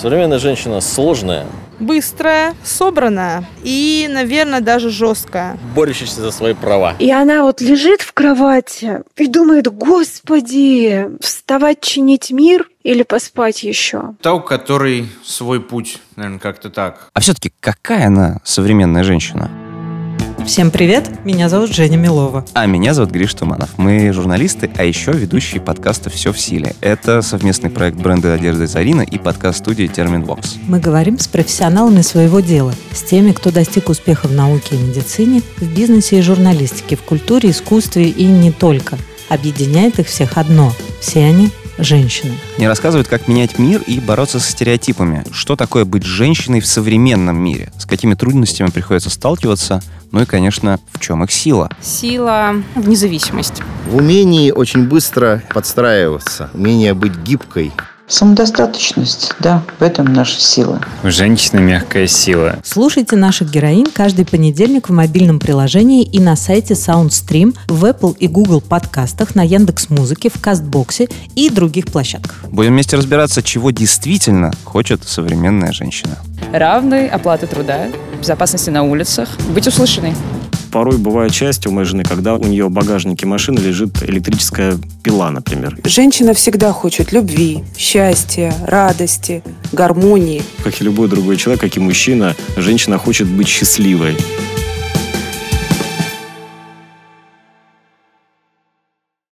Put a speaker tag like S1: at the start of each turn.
S1: Современная женщина сложная,
S2: Быстрая, собранная и, наверное, даже жесткая.
S1: борющаяся за свои права.
S3: И она вот лежит в кровати и думает, господи, вставать чинить мир или поспать еще?
S4: Та, у которой свой путь, наверное, как-то так.
S5: А все-таки какая она современная женщина?
S6: Всем привет, меня зовут Женя Милова.
S5: А меня зовут Гриш Туманов. Мы журналисты, а еще ведущие подкаста «Все в силе». Это совместный проект бренда одежды «Зарина» и подкаст-студии «Терминвокс».
S6: Мы говорим с профессионалами своего дела, с теми, кто достиг успеха в науке и медицине, в бизнесе и журналистике, в культуре, искусстве и не только. Объединяет их всех одно – все они – женщины.
S5: Мне рассказывают, как менять мир и бороться со стереотипами. Что такое быть женщиной в современном мире? С какими трудностями приходится сталкиваться? Ну и, конечно, в чем их сила?
S7: Сила в независимость.
S8: В умении очень быстро подстраиваться, умение быть гибкой.
S9: Самодостаточность, да, в этом наша сила.
S10: У женщины мягкая сила.
S6: Слушайте наших героинь каждый понедельник в мобильном приложении и на сайте SoundStream, в Apple и Google подкастах, на Яндекс.Музыке, в Кастбоксе и других площадках.
S5: Будем вместе разбираться, чего действительно хочет современная женщина.
S7: Равной оплаты труда, безопасности на улицах, быть услышанной.
S11: Порой бывает счастье у моей жены, когда у нее в багажнике машины лежит электрическая пила, например.
S12: Женщина всегда хочет любви, счастья, радости, гармонии.
S11: Как и любой другой человек, как и мужчина, женщина хочет быть счастливой.